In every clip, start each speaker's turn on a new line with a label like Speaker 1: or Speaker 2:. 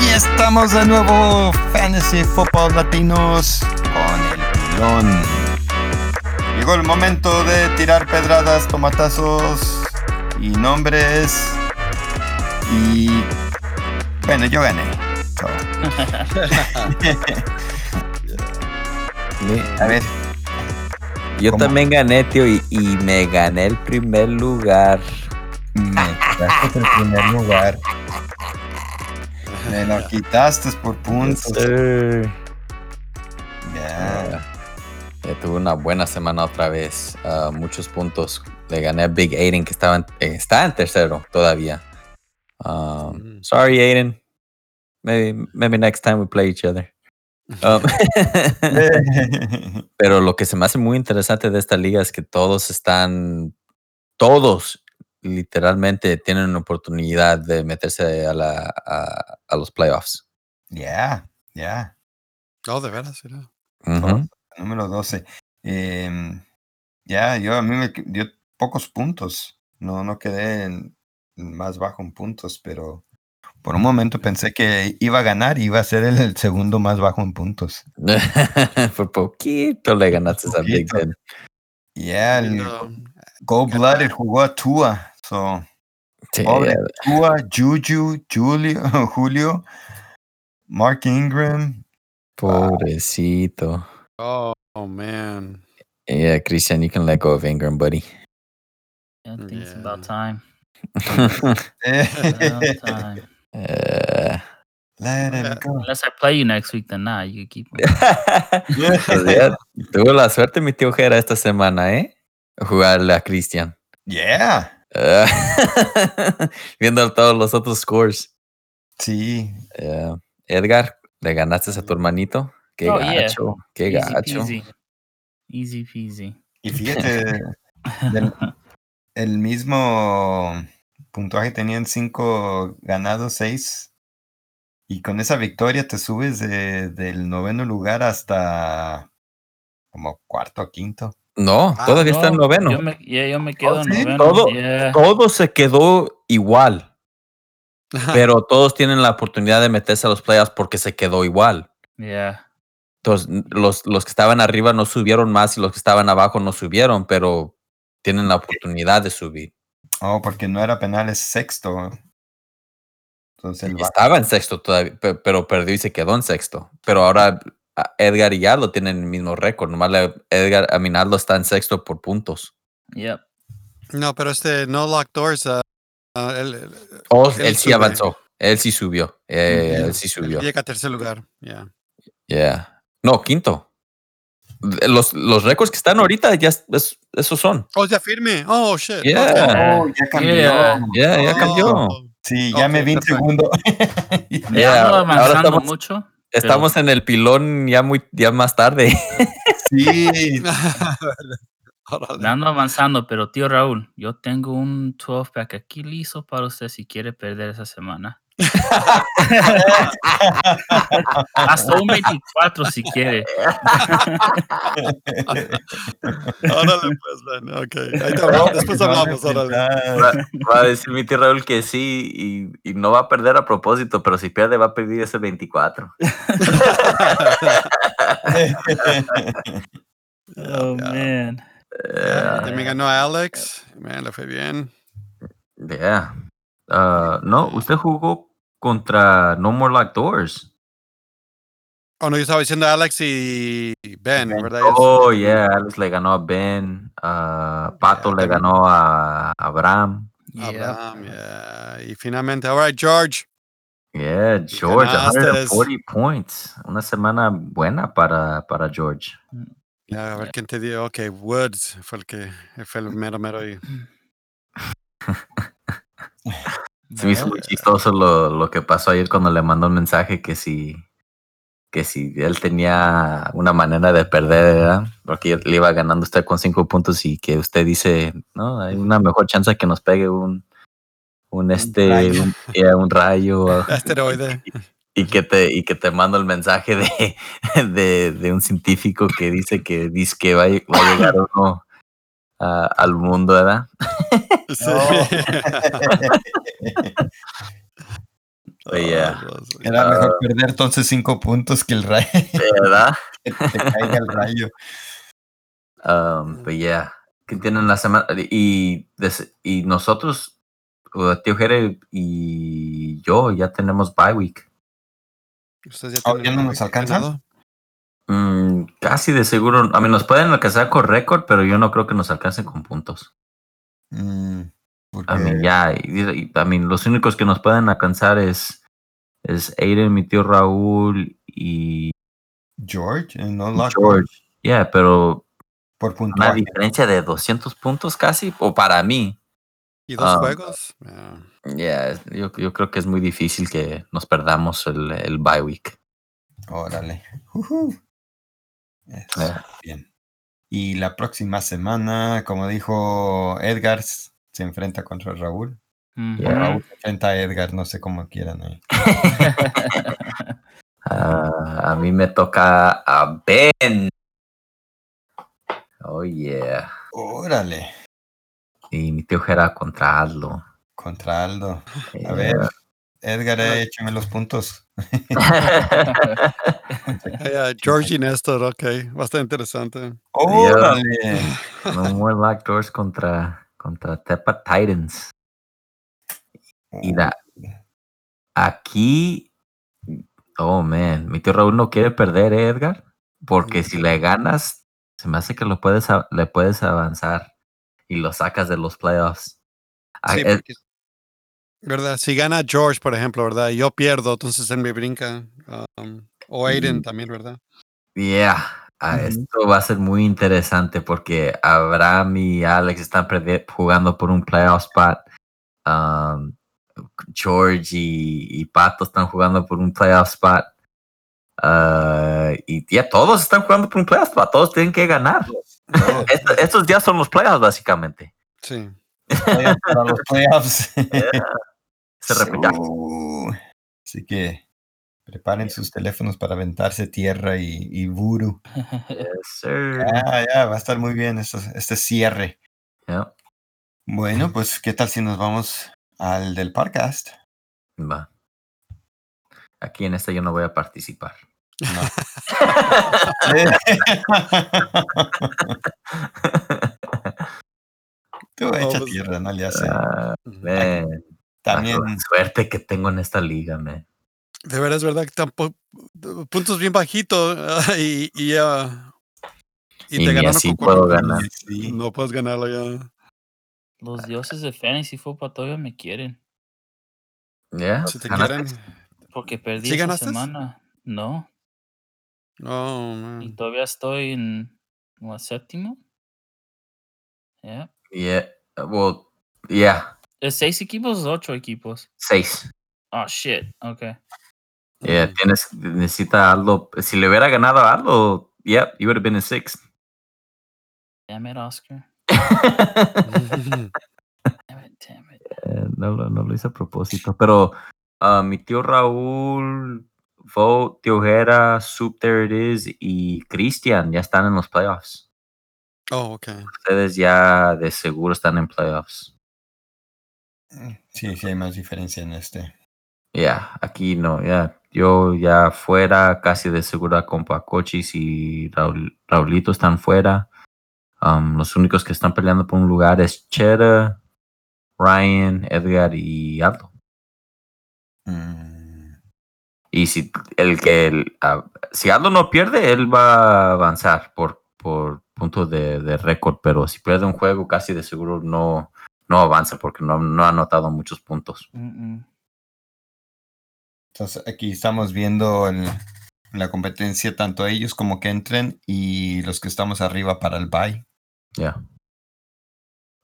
Speaker 1: Estamos de nuevo Fantasy Football Latinos con el pilón. Llegó el momento de tirar pedradas, tomatazos y nombres. Y bueno, yo gané. So. A ver,
Speaker 2: Yo
Speaker 1: ¿Cómo?
Speaker 2: también gané, tío, y, y me gané el primer lugar.
Speaker 1: me quitaste el primer lugar. Me lo quitaste por puntos.
Speaker 2: Sir.
Speaker 1: Ya.
Speaker 2: Ah, ya tuve una buena semana otra vez. ah, muchos puntos. Le gané a Big Aiden, que estaba en, eh, está en tercero todavía. Um,
Speaker 3: Mm.
Speaker 2: sorry, Aiden. Maybe, maybe next time we play each other. Um, Pero lo que se me hace muy interesante de esta liga es que todos están, todos literalmente tienen una oportunidad de meterse a, la, a, a los playoffs.
Speaker 1: Ya, ya.
Speaker 3: No, Oh, de veras, era.
Speaker 2: Ujú.
Speaker 1: Todos, Número 12. Em, ya, yo a mí me que- dio pocos puntos. No, no quedé en- más bajo en puntos, pero por un momento pensé que iba a ganar y iba a ser el, el segundo más bajo en puntos.
Speaker 2: Por poquito le ganaste a Big
Speaker 1: Poquito.
Speaker 2: Ben.
Speaker 1: Y ya, el
Speaker 3: No,
Speaker 1: Go Blooded jugó a Tua. So,
Speaker 2: Sí,
Speaker 1: pobre
Speaker 2: ya-
Speaker 1: Tua, Juju, Julio, Julio, Mark Ingram.
Speaker 2: pobrecito.
Speaker 3: Oh, oh, man.
Speaker 2: Yeah, Christian, you can let go of Ingram, buddy.
Speaker 4: I think it's
Speaker 3: Yeah.
Speaker 4: about time.
Speaker 1: eh,
Speaker 4: About time.
Speaker 2: Eh,
Speaker 1: let him go.
Speaker 4: Unless I play you next week, then nah, you keep. him.
Speaker 2: pues ya tuvo la suerte mi tío Jera esta semana, ¿eh? Jugarle a Christian.
Speaker 1: Yeah.
Speaker 2: Eh, viendo todos los otros scores.
Speaker 1: Sí,
Speaker 2: Eh, Edgar, le ganaste a tu hermanito. Qué
Speaker 4: Oh, yeah.
Speaker 2: gacho, qué gacho.
Speaker 4: Easy peasy. Easy peasy.
Speaker 1: Y fíjate, del- el mismo puntaje tenían cinco ganados, seis. Y con esa victoria te subes de- del noveno lugar hasta como cuarto o quinto.
Speaker 2: No,
Speaker 3: Ah,
Speaker 2: todavía está en
Speaker 4: No,
Speaker 2: noveno.
Speaker 4: Yo me, yeah, yo me quedo en
Speaker 1: sí,
Speaker 4: noveno.
Speaker 2: todo-
Speaker 4: yeah.
Speaker 2: Todo se quedó igual.
Speaker 3: Ah.
Speaker 2: pero todos tienen la oportunidad de meterse a los playoffs porque se quedó igual.
Speaker 4: yeah.
Speaker 2: Entonces, n- los, los que estaban arriba no subieron más y los que estaban abajo no subieron, pero tienen la oportunidad de subir.
Speaker 1: Oh, porque no era penal, es sexto. Entonces el
Speaker 2: Y
Speaker 1: va-
Speaker 2: Estaba en sexto todavía, pe- pero perdió y se quedó en sexto. Pero ahora a- Edgar y Aldo tienen el mismo récord. Nomás le- Edgar Aminaldo está en sexto por puntos.
Speaker 4: Yep.
Speaker 3: no, pero este No Lock Doors, ah, ah, él, él-
Speaker 2: Oh,
Speaker 3: Él
Speaker 2: él sí
Speaker 3: sube.
Speaker 2: avanzó. Él sí subió. eh,
Speaker 3: Ujú.
Speaker 2: Él sí
Speaker 3: él
Speaker 2: subió.
Speaker 3: llega a tercer lugar. ya.
Speaker 2: Yeah. No, quinto. De- Los, los récords que están ahorita ya es- es- esos son.
Speaker 3: Oh, ya firme. Oh, shit. ok.
Speaker 2: Yeah.
Speaker 1: Oh, ya cambió.
Speaker 4: Yeah.
Speaker 2: Ya, ya cambió.
Speaker 3: Oh,
Speaker 1: Sí, ya me
Speaker 3: Ok,
Speaker 1: vi en
Speaker 3: perfecto.
Speaker 1: segundo.
Speaker 4: Ya
Speaker 2: Yeah,
Speaker 4: ando
Speaker 2: ahora
Speaker 4: avanzando
Speaker 2: estamos-
Speaker 4: mucho.
Speaker 2: Estamos en el pilón ya muy ya más tarde.
Speaker 1: Sí,
Speaker 3: Órale.
Speaker 4: ya Ando avanzando, pero tío Raúl, yo tengo un 12 pack aquí listo para usted si quiere perder esa semana. Hasta un 24 si quiere.
Speaker 3: Órale, pues, man. Ok. Ahí te hablamos, Después hablamos. Órale.
Speaker 2: Va a decir mi tío Raúl que sí y, no va a perder a propósito, pero si pierde va a pedir ese 24.
Speaker 4: Oh, man.
Speaker 3: Ya me ganó Alex. Man, le fue bien.
Speaker 2: Ah, no, usted jugó contra No More Locked Doors.
Speaker 3: Oh, no, yo estaba diciendo Alex y Ben,
Speaker 1: Ben.
Speaker 3: ¿verdad?
Speaker 2: Oh, yeah, Alex le ganó a Ben, ah, Pato
Speaker 3: Yeah,
Speaker 2: le
Speaker 3: también.
Speaker 2: ganó a Abraham,
Speaker 4: Yeah.
Speaker 3: Abraham, Ah, yeah. Y finalmente, all right, George.
Speaker 2: yeah, George,
Speaker 3: ganaste.
Speaker 2: 140 points. Una semana buena para, para George.
Speaker 3: Ya, a ver
Speaker 4: Ya.
Speaker 3: quién te dio. Ok, Woods fue el que fue el mero mero ahí.
Speaker 2: Se me hizo muy chistoso lo, lo que pasó ayer cuando le mandó un mensaje que si, que si él tenía una manera de perder, ¿verdad? porque le iba ganando usted con cinco puntos y que usted dice, no, hay una mejor chance que nos pegue un, un este,
Speaker 1: rayo.
Speaker 2: un, ya, un rayo, ah,
Speaker 3: Asteroide.
Speaker 2: y que te, y que te mando el mensaje de, de, de un científico que dice que dice que va, a lle- va a llegar uno a- al mundo, ¿verdad?
Speaker 3: Sí.
Speaker 1: No.
Speaker 2: But yeah.
Speaker 3: Ah, Dios, güey.
Speaker 1: Era mejor perder entonces cinco puntos que el rayo.
Speaker 2: ¿Verdad?
Speaker 1: que te caiga el rayo.
Speaker 2: Um, but yeah, que tienen la semana y, des- y nosotros, uh, tío Jere y yo ya tenemos bye week.
Speaker 3: ¿Ustedes ya
Speaker 1: Ah,
Speaker 3: tienen
Speaker 1: ¿ya no
Speaker 3: el
Speaker 1: nos
Speaker 3: ranking
Speaker 1: alcanza?
Speaker 3: ganado?
Speaker 2: Mm, casi de seguro, a mí nos pueden alcanzar con récord, pero yo no creo que nos alcancen con puntos.
Speaker 1: Mm, porque-
Speaker 2: A mí ya, y- y- I mean, los únicos que nos pueden alcanzar es es Aiden, mi tío Raúl y
Speaker 1: George, eh, no Lock,
Speaker 2: George. Yeah, pero
Speaker 1: por
Speaker 2: una
Speaker 1: puntuaje.
Speaker 2: diferencia de 200 puntos casi, o para mí.
Speaker 3: ¿Y dos
Speaker 2: Ah.
Speaker 3: juegos? Ah.
Speaker 2: Yeah, es- yo, yo creo que es muy difícil que nos perdamos el, el bye week.
Speaker 1: Órale. Ujú. Eso,
Speaker 2: Ah.
Speaker 1: Bien. Y la próxima semana, como dijo Edgar, s- se enfrenta contra Raúl.
Speaker 4: Ujú.
Speaker 1: O
Speaker 2: Yeah.
Speaker 1: Raúl se enfrenta a Edgar, no sé cómo quieran ahí.
Speaker 2: Ah, a mí me toca a Ben. Oh, yeah.
Speaker 1: Órale.
Speaker 2: Y mi tío Jera contra Aldo.
Speaker 1: Contra Aldo. A ver, Edgar, eh, échame los puntos.
Speaker 3: Ah, ya, George y Néstor, ok. Bastante interesante.
Speaker 1: Órale.
Speaker 2: No More Black Doors contra, contra Tepa Titans. Y
Speaker 1: Uh,
Speaker 2: la- aquí. Oh, man. Mi tío Raúl no quiere perder, ¿eh, Edgar. Porque si le ganas, se me hace que lo puedes, a- le puedes avanzar y lo sacas de los playoffs. Ah,
Speaker 3: Sí,
Speaker 2: eh,
Speaker 3: porque- ¿Verdad? Si gana George, por ejemplo, ¿verdad? Y yo pierdo, entonces él me brinca. um, o Aiden
Speaker 2: Mm.
Speaker 3: también, ¿verdad?
Speaker 2: Yeah, ah,
Speaker 1: Ujú.
Speaker 2: esto va a ser muy interesante porque Abraham y Alex están perdi- jugando por un playoff spot. Um, George y, y Pato están jugando por un playoff spot. Ah, y ya todos están jugando por un playoff spot, todos tienen que ganar.
Speaker 1: Todos
Speaker 2: Esto- estos días son los playoffs, básicamente.
Speaker 3: Sí.
Speaker 1: playoffs para los playoffs.
Speaker 2: Se repite.
Speaker 1: Uh, Así que preparen sus teléfonos para aventarse tierra y, y vuru.
Speaker 2: Yes, sir.
Speaker 1: Ah, ya, va a estar muy bien esto- este cierre.
Speaker 2: Yeah,
Speaker 1: Bueno, pues, ¿qué tal si nos vamos al del podcast?
Speaker 2: va. Aquí en esta yo no voy a participar.
Speaker 1: Tú echa
Speaker 3: pues,
Speaker 1: tierra, no le hace.
Speaker 2: Ah, man.
Speaker 1: También,
Speaker 2: La suerte que tengo en esta liga, man.
Speaker 3: De veras, ¿verdad? Que tampoco, puntos bien bajitos. ah, y, y, ah, y
Speaker 2: Y
Speaker 3: te
Speaker 2: ni
Speaker 3: ganaron
Speaker 2: así
Speaker 3: con- con-
Speaker 2: puedo ganar.
Speaker 1: sí,
Speaker 3: No puedes ganarlo ya.
Speaker 4: Los dioses de fantasy football todavía me quieren.
Speaker 2: Yeah.
Speaker 3: Si te
Speaker 2: Ah, ganaste.
Speaker 3: quieren.
Speaker 4: Porque perdí
Speaker 3: ¿Sí
Speaker 4: esta
Speaker 3: ganaste?
Speaker 4: semana. No.
Speaker 3: No,
Speaker 4: Y
Speaker 3: man.
Speaker 4: todavía estoy en como, séptimo. Yeah.
Speaker 2: Yeah. Well, yeah.
Speaker 4: ¿Es seis equipos o ocho equipos?
Speaker 2: Seis.
Speaker 4: Oh, shit. Ok.
Speaker 2: Yeah, tienes, necesita algo. Si le hubiera ganado a Aldo, yeah, you would have been in six.
Speaker 4: Damn it, Oscar.
Speaker 3: Mm.
Speaker 4: Damn it, damn it.
Speaker 2: Eh, no, lo- no lo hice a propósito. Pero ah, mi tío Raúl, Vote, tío Jera, Soup, there it is, y Cristian ya están en los playoffs.
Speaker 3: oh, ok.
Speaker 2: Ustedes ya de seguro están en playoffs.
Speaker 1: sí, sí hay más diferencia en este.
Speaker 2: Yeah, aquí no, yeah. Yo ya fuera, casi de segura con Pacochis y Raul- Raulito están fuera. Um, los únicos que están peleando por un lugar es Cheddar, Ryan, Edgar y Aldo.
Speaker 1: Mm,
Speaker 2: Y si el que el- ah, si Aldo no pierde, él va a avanzar por, por puntos de, de récord, pero si pierde un juego, casi de seguro no, no avanza porque no, no ha anotado muchos puntos.
Speaker 4: Mm, mm.
Speaker 1: Entonces, aquí estamos viendo el- la competencia, tanto ellos como que entren y los que estamos arriba para el bye.
Speaker 2: Yeah.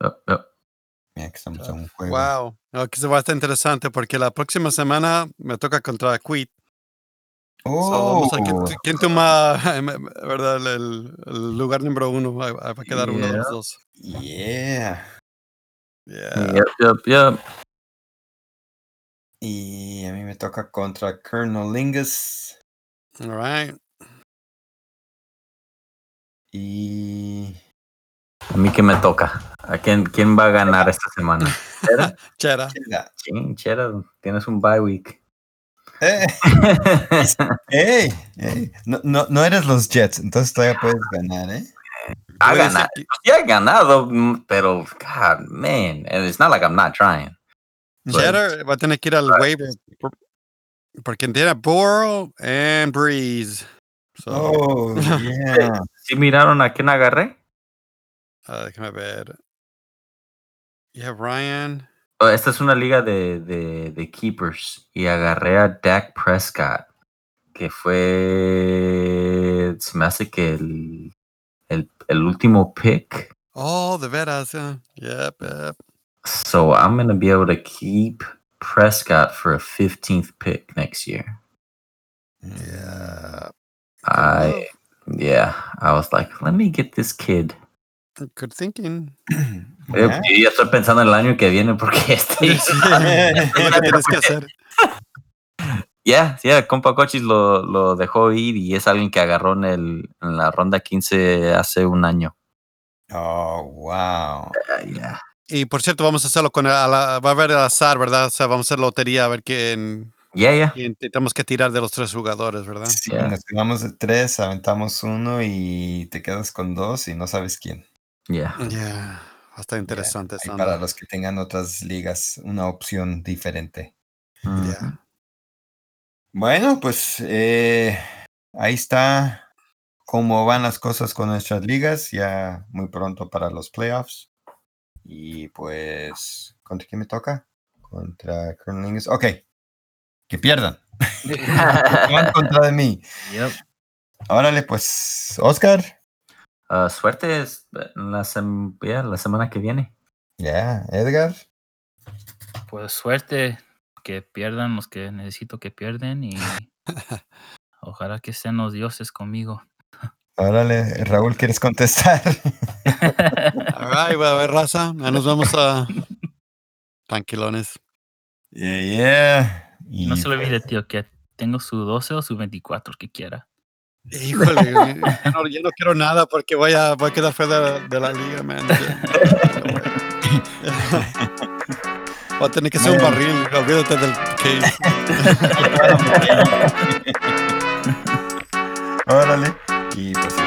Speaker 2: Yup, yup.
Speaker 1: Mira que estamos a un juego.
Speaker 3: Wow. Aquí se va a estar interesante porque la próxima semana me toca contra Quit. So,
Speaker 1: Oh,
Speaker 3: vamos a ver quién, t- quién toma em, em, ¿verdad? El, el- el lugar número uno. Ahí- ahí Va a quedar uno de
Speaker 2: Yeah.
Speaker 3: los dos.
Speaker 1: yeah.
Speaker 3: Yeah.
Speaker 2: Yup, yup, yup.
Speaker 1: Y a mí me toca contra Colonel Lingus
Speaker 3: All right.
Speaker 1: y
Speaker 2: A mí que me toca. ¿A quién, quién va a ganar esta semana?
Speaker 3: Chera.
Speaker 1: Chela.
Speaker 2: Chin, chera, tienes un bye week.
Speaker 1: Eh, ey, ey, No, no- no eres los Jets, entonces todavía puedes ganar, ¿eh?
Speaker 2: ha
Speaker 3: Puede ser
Speaker 2: ganado.
Speaker 3: que-
Speaker 2: Sí, ha ganado, mm, pero, God, man. And it's not like I'm not trying.
Speaker 3: Jeter va a tener que ir al waiver. por- Porque tiene a Burrow and Breeze. So,
Speaker 1: Oh, yeah.
Speaker 2: ¿Sí miraron a quién agarré?
Speaker 3: uh, déjame ver. You have Ryan.
Speaker 2: Oh, esta es una liga de, de, de keepers. Y agarré a Dak Prescott, que fue. Se me hace que el, el, el último pick.
Speaker 3: Oh, de veras. eh. Yep, yep.
Speaker 2: So I'm going to be able to keep Prescott for a 15th pick next year.
Speaker 3: Yeah. Oh,
Speaker 2: I, yeah, I was like, let me get this kid.
Speaker 3: Good thinking.
Speaker 2: Yo, yo ya estoy pensando en el año que viene porque este.
Speaker 3: Es lo que tienes que hacer.
Speaker 2: Ya, ya, compa Cochis lo, lo dejó ir y es alguien que agarró en, el, en la ronda 15 hace un año.
Speaker 1: Oh, wow.
Speaker 2: Ah, ya.
Speaker 3: Y por cierto, vamos a hacerlo con a la- va a haber el azar, ¿verdad? O sea, vamos a hacer lotería a ver quién,
Speaker 2: Ya, ya.
Speaker 3: quién te- tenemos que tirar de los tres jugadores, ¿verdad?
Speaker 1: Sí,
Speaker 2: Yeah.
Speaker 1: nos quedamos de tres, aventamos uno y te quedas con dos y no sabes quién.
Speaker 2: Ya.
Speaker 3: Yeah. Hasta interesante.
Speaker 1: Ahí
Speaker 3: esa onda.
Speaker 1: para los que tengan otras ligas, una opción diferente.
Speaker 2: Mm.
Speaker 3: Ya.
Speaker 1: Bueno, pues eh, ahí está cómo van las cosas con nuestras ligas, ya muy pronto para los playoffs. Y pues, ¿contra quién me toca? Contra Cronlingus. Ok, que pierdan. Que van contra de mí.
Speaker 4: Yep.
Speaker 1: Órale, pues, Oscar.
Speaker 2: Ah, suerte es en la, sem- ya, la semana que viene.
Speaker 1: Ya, Edgar.
Speaker 4: Pues suerte que pierdan los que necesito que pierden y ojalá que sean los dioses conmigo.
Speaker 1: Órale, Raúl, ¿quieres contestar?
Speaker 3: All right, va a ver, raza. Ahí nos vemos a. Tranquilones.
Speaker 1: Yeah, yeah. Y
Speaker 4: No se lo
Speaker 3: pues
Speaker 4: olvide, tío, que tengo su 12 o su 24, el que quiera.
Speaker 3: Híjole, güey, ya no, ya no quiero nada porque voy a, voy a quedar fuera de, de la liga, man. Voy a tener que ser un
Speaker 1: Man.
Speaker 3: barril, olvídate del case.
Speaker 1: Órale. Y pues